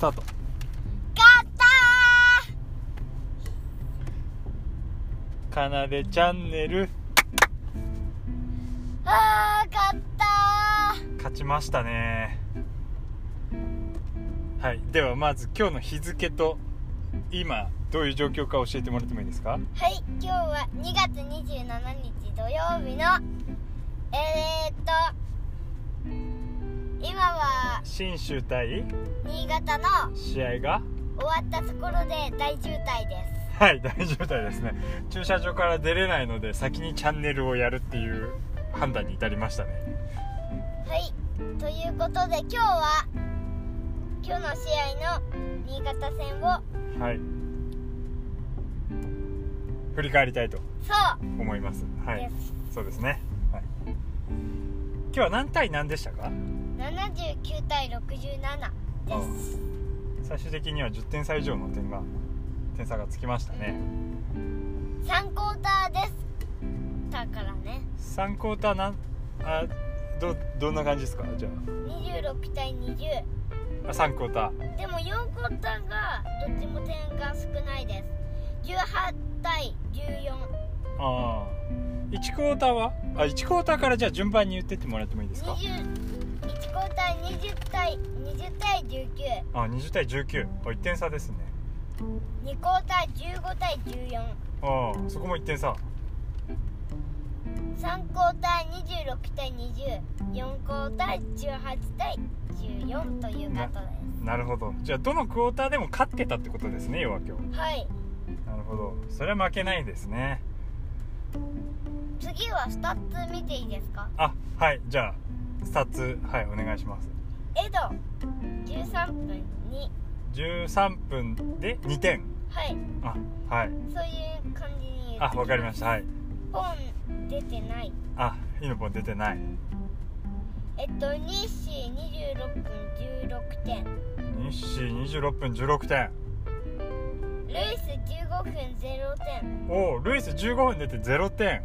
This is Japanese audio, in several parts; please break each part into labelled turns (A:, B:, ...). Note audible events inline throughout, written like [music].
A: タート
B: 勝った
A: かなでチャンネル
B: ーあー勝った
A: 勝ちましたねはいではまず今日の日付と今どういう状況か教えてもらってもいいですか
B: ーはい今日は2月27日土曜日のえー、っと今は
A: 新州対
B: 新潟の
A: 試合が
B: 終わったところで大渋滞です
A: はい大渋滞ですね駐車場から出れないので先にチャンネルをやるっていう判断に至りましたね
B: はいということで今日は今日の試合の新潟戦を
A: はい振り返りたいと
B: そう
A: 思いますはい
B: です、
A: そうですね、はい、今日は何対何でしたか
B: 79対67です
A: 最終的には10点差以上の点が点差がつきましたね
B: 3クォーターですだからね
A: 3クォーターなんあどどんな感じですかじゃ
B: 26対20
A: ああ3クォーター
B: でも4クォーターがどっちも点が少ないです18対1420
A: ああ1クォーターはあ1クォーターからじゃあ順番に言ってってもらってもいいですか
B: 1クォーター20対20対192
A: あ20対19あ1点差ですね
B: クォーター15対143
A: ああそこも1点差
B: クォーター26対204クォーター18対14ということで
A: なるほどじゃあどのクォーターでも勝ってたってことですね要は今日
B: すはい
A: なるほどそれは負けないですね
B: 次はスタッツ見ていいですか
A: あはいじゃあスタッツはいお願いします
B: エド13分2
A: 13分で2点
B: はい
A: あはい
B: そういう感じに言ってき
A: あわかりましたはい
B: 本出てない
A: あイノポン出てない
B: えっと2市26分16点
A: 日誌26分16点
B: ルイス15分0点
A: おおルイス15分出て0点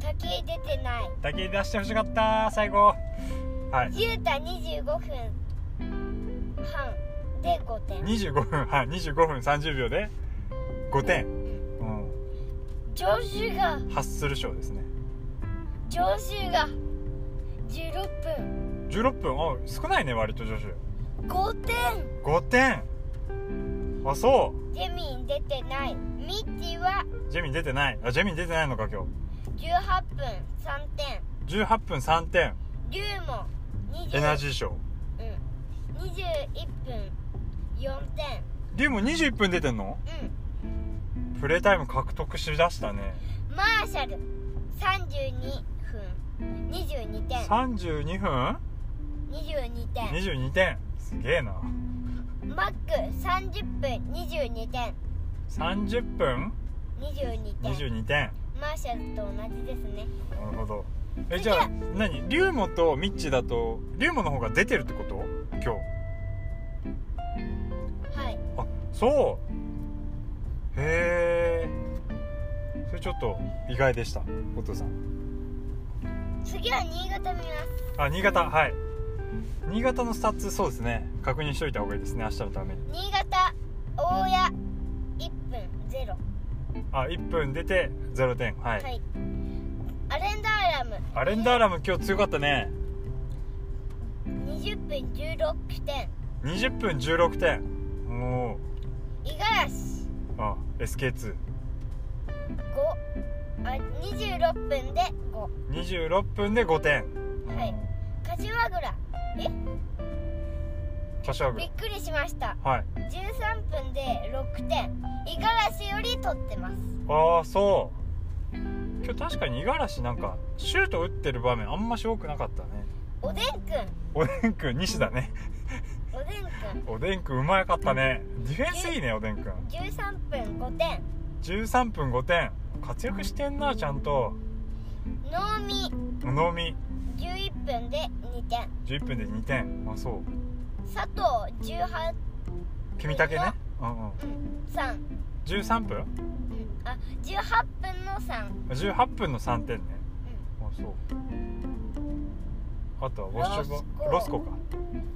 B: 竹井出てない
A: だけ出してほしかった最後はい
B: ジュータ25分半で5点
A: 25分はい25分30秒で5点うん
B: ジョシュが
A: ハッスル賞ですね
B: ジョシュが16分
A: 16分あ少ないね割と女子
B: 5点
A: 5点あそ
B: ジェミン出てないミッチは
A: うジェミン出てないあジェミン出てないのか今
B: 18分3点
A: 日18分3点
B: リュウも20
A: エナジー賞
B: うん21分4点
A: リュウも21分出てんの
B: うん
A: プレータイム獲得しだしたね
B: マーシャル32分22点
A: 32分
B: 22点
A: 22点すげえな
B: マック30分22点
A: 30分
B: 22点
A: 22点
B: マーシャルと同じですね
A: なるほどえじゃあ何リュウモとミッチだとリュウモの方が出てるってこと今日
B: はい
A: あそうへえそれちょっと意外でしたお父さん
B: 次は新潟見ます
A: あ新潟はい新潟のスタッツそうですね確認しといた方がいいですね明日のために
B: 新潟大谷1分0
A: あ1分出て0点はい、
B: はいアレンダーラム
A: アレンダーラム今日強かったね
B: 20分16点
A: 20分16点も
B: 五十嵐
A: うあ SK226
B: 5あ26分で5
A: 分で5点
B: はい柏倉
A: 柏
B: び
A: 倉
B: っくりしました
A: はい
B: 13分で6点五十嵐より取ってます
A: ああそう今日確かに五十嵐なんかシュート打ってる場面あんまし多くなかったね
B: おでんくん
A: おでんくん西だね
B: おでんく
A: おでんくんうまかったねディフェンスいいねおでんくん
B: ん13分5点
A: 13分5点活躍してんなちゃんと
B: 能見
A: 能見
B: 11分で2点
A: 11分で2点あそう
B: 佐藤18
A: 君竹ねうんうん
B: うん3
A: 13分
B: うんあ18分の3
A: 18分の3点ねあそうあとはウォッシュボロ
B: ロ
A: ス
B: ス
A: コ
B: コ
A: か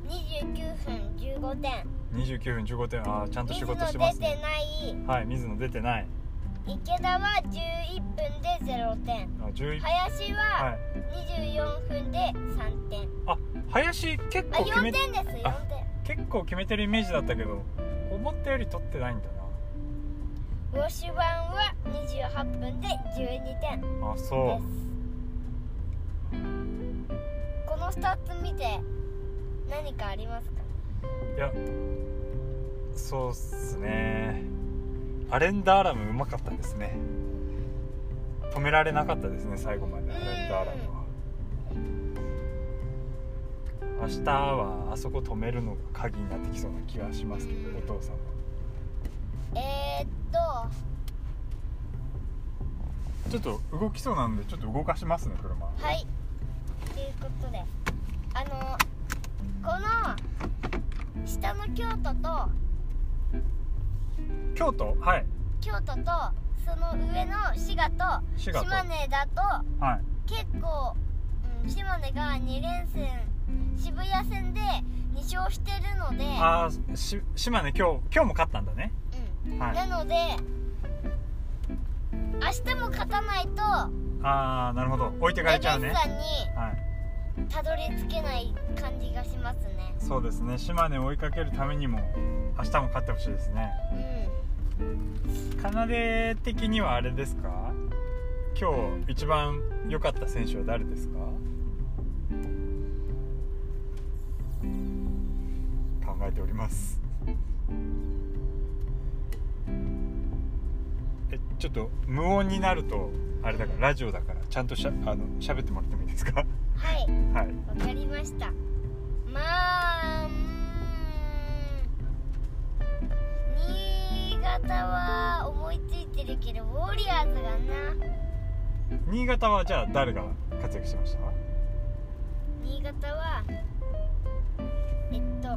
B: 29分15点
A: 29分15点ああちゃんと仕
B: 水の
A: 事してます
B: 出て
A: ね
B: ない
A: はい水野出てない
B: 池田は11分で0点
A: あ11
B: 林
A: は
B: はい24分で3点
A: あ林結
B: あ
A: 構決
B: 4
A: め
B: 点です
A: あ
B: 4点
A: 結構決めてるイメージだったけど思ったより取ってないんだ
B: ウォッシュ版は28分で12点で
A: なあ
B: す
A: そ
B: この2つ見て何かありますか
A: ういやそうっすねアレンダーラムうまかったですね止められなかったですね最後までアレンダーラムは明日はあそこ止めるのが鍵になってきそうな気がしますけどお父さんは
B: えー、っ
A: ち
B: と
A: ょっと動きそうなんでちょっと動かしますね車
B: はい。ということで、あのこの下の京都と
A: 京都はい
B: 京都とその上の滋賀と
A: 滋賀と
B: 島根だと
A: はい
B: 結構、うん、島根が2連戦渋谷戦で2勝してるので、
A: あーし島根今日今日も勝ったんだね
B: うん
A: はい
B: なので明日も勝たないと
A: ああなるほど置いてか
B: レ
A: れ
B: ベ
A: ちゃう
B: ッ
A: ね
B: サに
A: はい
B: たどり着けない感じがしますね。
A: そうですね島根を追いかけるためにも明日も勝ってほしいですね
B: うん
A: 奏的にはあれですか今日一番良かった選手は誰ですか考えておりますえちょっと無音になるとあれだからラジオだからちゃんとしゃあの喋ってもらってもいいですか [laughs]
B: はい
A: はい
B: わかりましたまあうーん新潟は思いついてるけどウォリアーズがな
A: 新潟はじゃあ誰が活躍してました
B: 新潟はえっと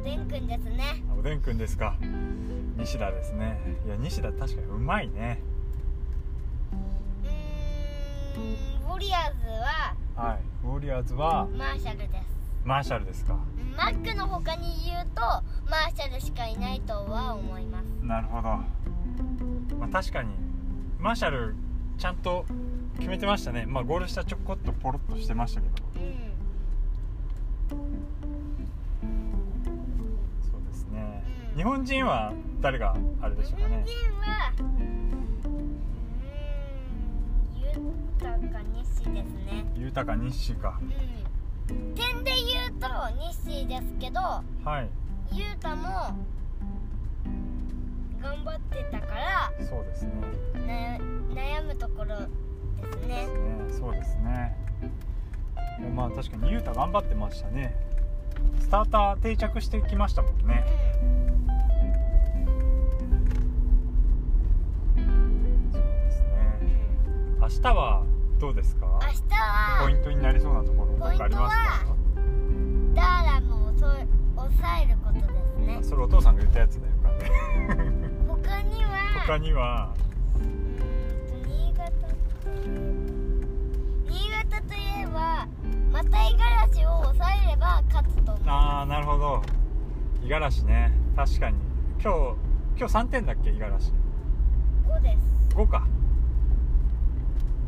B: おでんくんですね
A: あおでんくんですか西田ですねいや西田確かにうまいね
B: うーんウォリアーズは
A: はいウォリアーズは
B: マーシャルです
A: マーシャルですか
B: マックの他に言うとマーシャルしかいないとは思います
A: なるほど、まあ、確かにマーシャルちゃんと決めてましたねまあゴール下ちょこっとポロッとしてましたけど
B: うん
A: そうですね
B: うん
A: 日本人は誰があれでし
B: 日
A: たか
B: 本
A: ね
B: 人はうーん豊か日誌ですね
A: 豊か日誌か
B: うん点で言うと日誌ですけど
A: はい
B: 雄太も頑張ってたから
A: そうですね
B: な悩むところですね
A: ねそうですねでまあ確かに雄太頑張ってましたねスターター定着してきましたもんね
B: う
A: そうですね
B: んうん
A: 明日はどうですか
B: 明日
A: ポイ
B: は
A: ントになりそうなところ
B: ポイン
A: 何
B: ト
A: か
B: は
A: ありますか
B: ダーラムを抑え抑えることですね
A: それお父さんが言ったやつだよかね
B: 他には
A: 他には
B: うーんと新潟と新潟といえばマタイガラシを抑えれば勝つと思う
A: ああなるほど五十嵐ね確かに今日今日3点だっけ五十嵐
B: 5です
A: 5か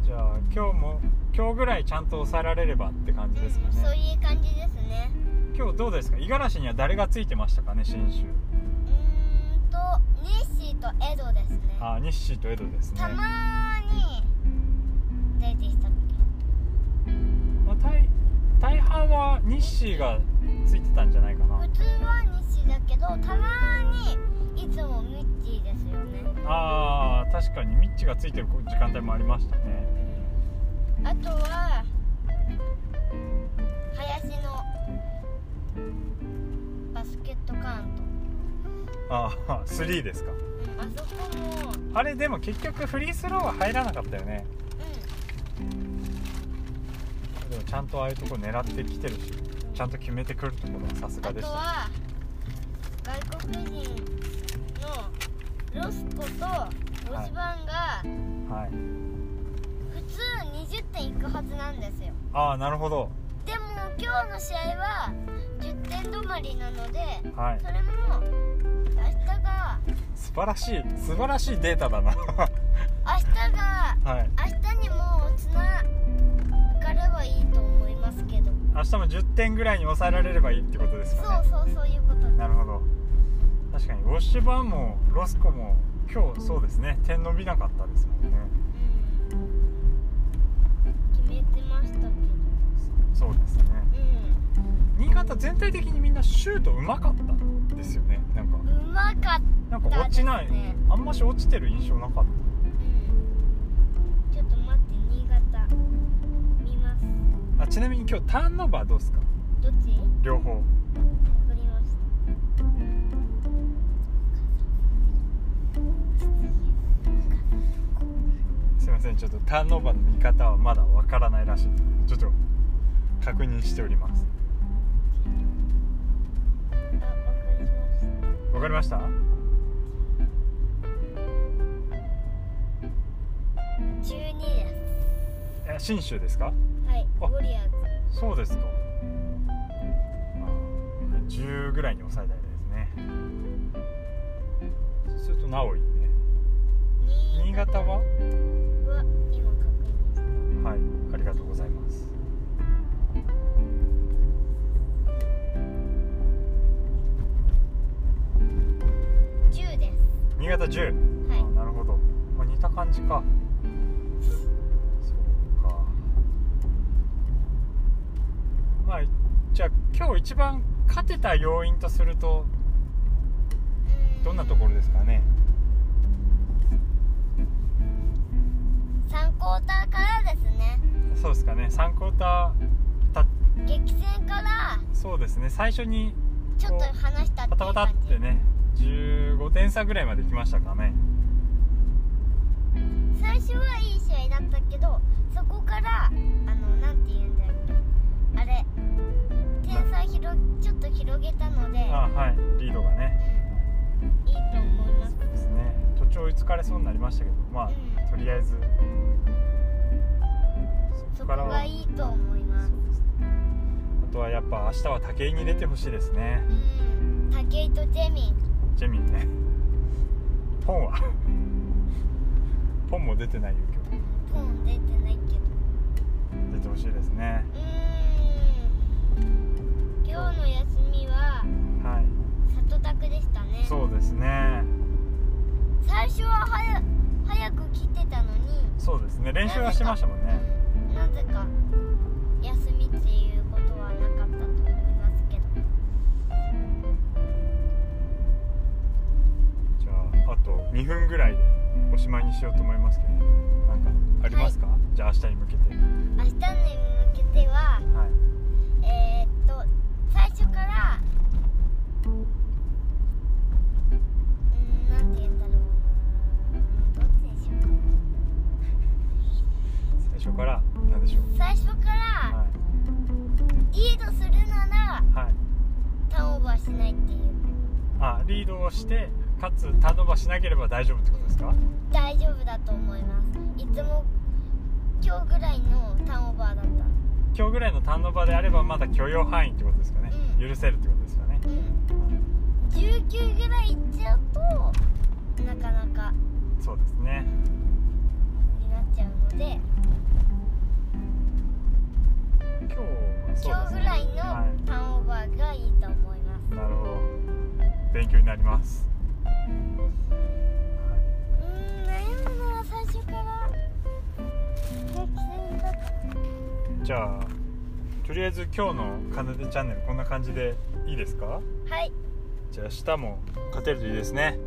A: じゃあ今日も今日ぐらいちゃんと抑えられればって感じですか
B: うん、そう
A: ね
B: いう感じですね
A: 今日どうですか五十嵐には誰がついてましたかね新州
B: うーんとニッシーとエドですね
A: あー日誌とエドですね
B: たまーに出てきた時
A: まあ大大半は日誌がついてたんじゃないかな
B: 普通はニッシーだけどたまーにいつもミッチーですよね
A: あー確かにミッチがついてる時間帯もありましたね
B: うんあとは林のバスケットカウント
A: ああ3ですか
B: うんあそこも、うん、
A: あれでも結局フリースローは入らなかったよねでもちゃんとああいうとこ狙ってきてるしちゃんと決めてくるところはさすが
B: あ
A: で
B: と
A: した
B: は外国人のロスコとロシバンが
A: はい
B: 普通20点いくはずなんですよ
A: ああなるほど
B: でも今日の試合は10点止まりなので
A: はい
B: それも明日が
A: 素晴らしい素晴らしいデータだな [laughs]
B: 明日が
A: はい
B: 明日にもつながればいいと思いますけど
A: 明日も10点ぐらいに抑えられればいいってことです
B: そう
A: かね
B: そうそういうことです
A: なるほど確かにウォッシュバーンもロスコも今日そうですね点伸びなかったですもんね
B: うん決めてましたけど
A: そうですね
B: う
A: 新潟全体的にみんなシュートうまかったですよねなんか
B: んうまかった
A: なんか落ちない、
B: そうですね
A: あんまし落ちてる印象なかっ
B: うんちょっと待って新潟見ます
A: たあちなみに今日ターンオーバーどうですか
B: どっち
A: 両方
B: わかりました
A: すいませんちょっとターンオーバーの見方はまだわからないらしいのでちょっと確認しております
B: あわかりました
A: わかりました
B: 12です
A: え信州ですか
B: はい
A: あ
B: ウォリアーズ
A: そうですか、まあ、10ぐらいに抑えたいですねそうするとなおいいね新
B: 新
A: 潟は
B: は今確認した
A: はい、ありがとうございます。
B: 10で
A: 新潟十。
B: すはい
A: あ、なるほど。まあ、似た感じか。そうか。まあ、じゃあ、今日一番勝てた要因とすると、どんなところですかね。
B: 3クォーターからですね
A: そうですかね。三クォーター。た、
B: 激戦から
A: そうですね。最初に。
B: ちょっと離した
A: パ
B: っていう
A: タパタ
B: 感
A: っ
B: じ
A: てね。15点差ぐらいまで来ましたかね。
B: 最初はいい試合だったけどそこからあのなんて言うんだっけあれ点差広ちょっと広げたので
A: あ、はい。リードがね。
B: うんいいと思います
A: そうですね。途中追いつかれそうになりましたけど、まあ。
B: う
A: とりあえず
B: んそこがいいと思います
A: あとはやっぱ明日は武井に出てほしいですね
B: うん武井とジェミン
A: ジェミンねポンはポンも出てないよ今
B: ポン出てないけど
A: 日出てほしいですね
B: うーん今日の休みは
A: はい
B: 里宅でしたね
A: そうですね
B: 最初は早早く来てたのに
A: そうですね練習はしてましたもんね
B: なぜか休みっていうことはなかったと思いますけど
A: じゃああと2分ぐらいでおしまいにしようと思いますけどなんかありますか、じゃあ明日に向けて
B: 明日に向けては
A: はい
B: えー、っと最初からうんなんて言うんだろうなどっちにしようか
A: 最初から何でしょう
B: 最初か
A: は
B: らリードするなら
A: い、はい、
B: ターンオーバーしないっていう
A: あリードをしてかつターンオーバーしなければ大丈夫ってことですか
B: 大丈夫だと思いますいつも今日ぐらいのターンオーバーだっ
A: 今日ぐらいの単の場であればまだ許容範囲ってことですかね、
B: うん
A: 許せるってことですかね
B: たうん19ぐらいいっちゃうとなかなか
A: そうですね
B: になっちゃうので
A: 今日はそうです
B: 今日ぐ
A: ね
B: らいの
A: は
B: ターンオーバーがいいと思います
A: い、なるほど勉強になります、は
B: うーん悩むのは最初から激戦だった
A: い、じゃあとりあえず今日の「かなでチャンネル」こんな感じでいいですか
B: はい
A: じゃあ明日も勝てるといいですね
B: う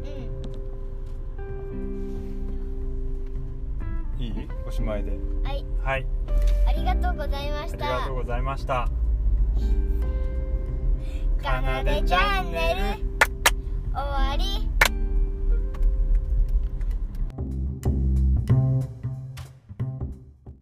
A: いいおしまいで
B: んはい
A: はい
B: ありがとうございま
A: あ
B: し
A: りが
B: た
A: とうございました
B: かなでチャンネル終わり